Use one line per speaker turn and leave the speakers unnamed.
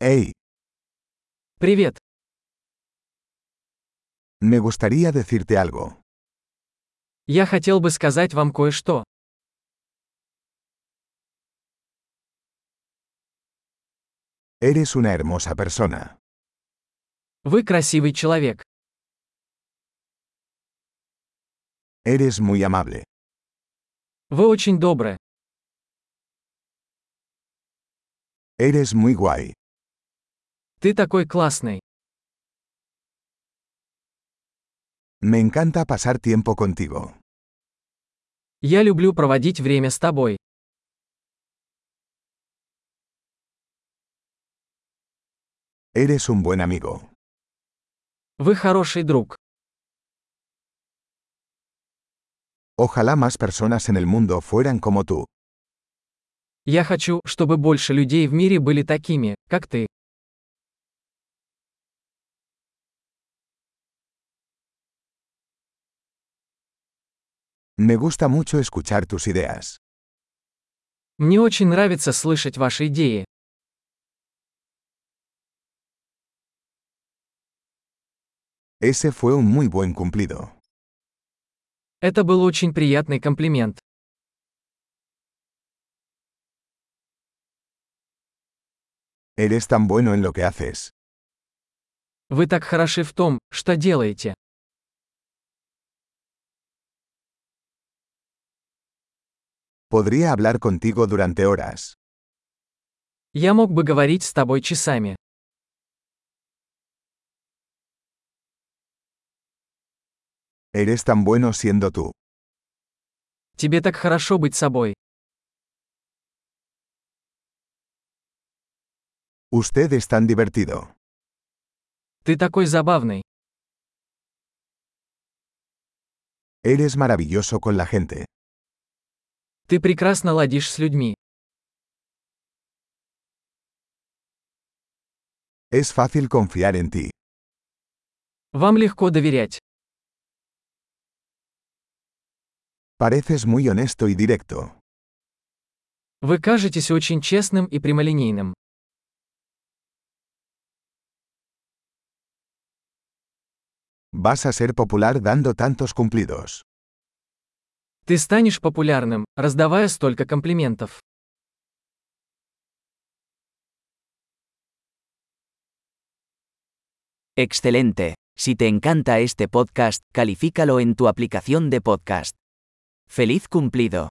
Hey,
Привет.
me gustaría decirte algo.
Я хотел бы сказать вам кое-что.
Eres una hermosa persona.
Вы красивый человек.
Eres muy amable.
Вы очень добры.
Eres muy guay.
Ты такой классный.
Me encanta pasar tiempo contigo.
Я люблю проводить время с тобой.
Eres un buen amigo.
Вы хороший друг.
Ojalá más personas en el mundo fueran como tú.
Я хочу, чтобы больше людей в мире были такими, как ты.
Me gusta mucho escuchar tus ideas.
Мне очень нравится слышать ваши идеи.
Ese fue un muy buen cumplido.
Это был очень приятный комплимент.
Eres tan bueno en lo que haces.
Вы так хороши в том, что делаете.
Podría hablar contigo durante horas.
Я мог бы говорить с тобой часами.
Eres tan bueno siendo tú.
Тебе так хорошо быть собой.
Usted es tan divertido.
Ты такой забавный.
Eres maravilloso con la gente.
Ты прекрасно ладишь с людьми.
Es fácil confiar en ti.
Вам легко доверять.
Pareces muy honesto y directo.
Вы кажетесь очень честным и прямолинейным.
Vas a ser popular dando tantos cumplidos.
Ты станешь популярным, раздавая столько комплиментов.
Excelente. Si te encanta este podcast, califícalo en tu aplicación de podcast. ¡Feliz cumplido!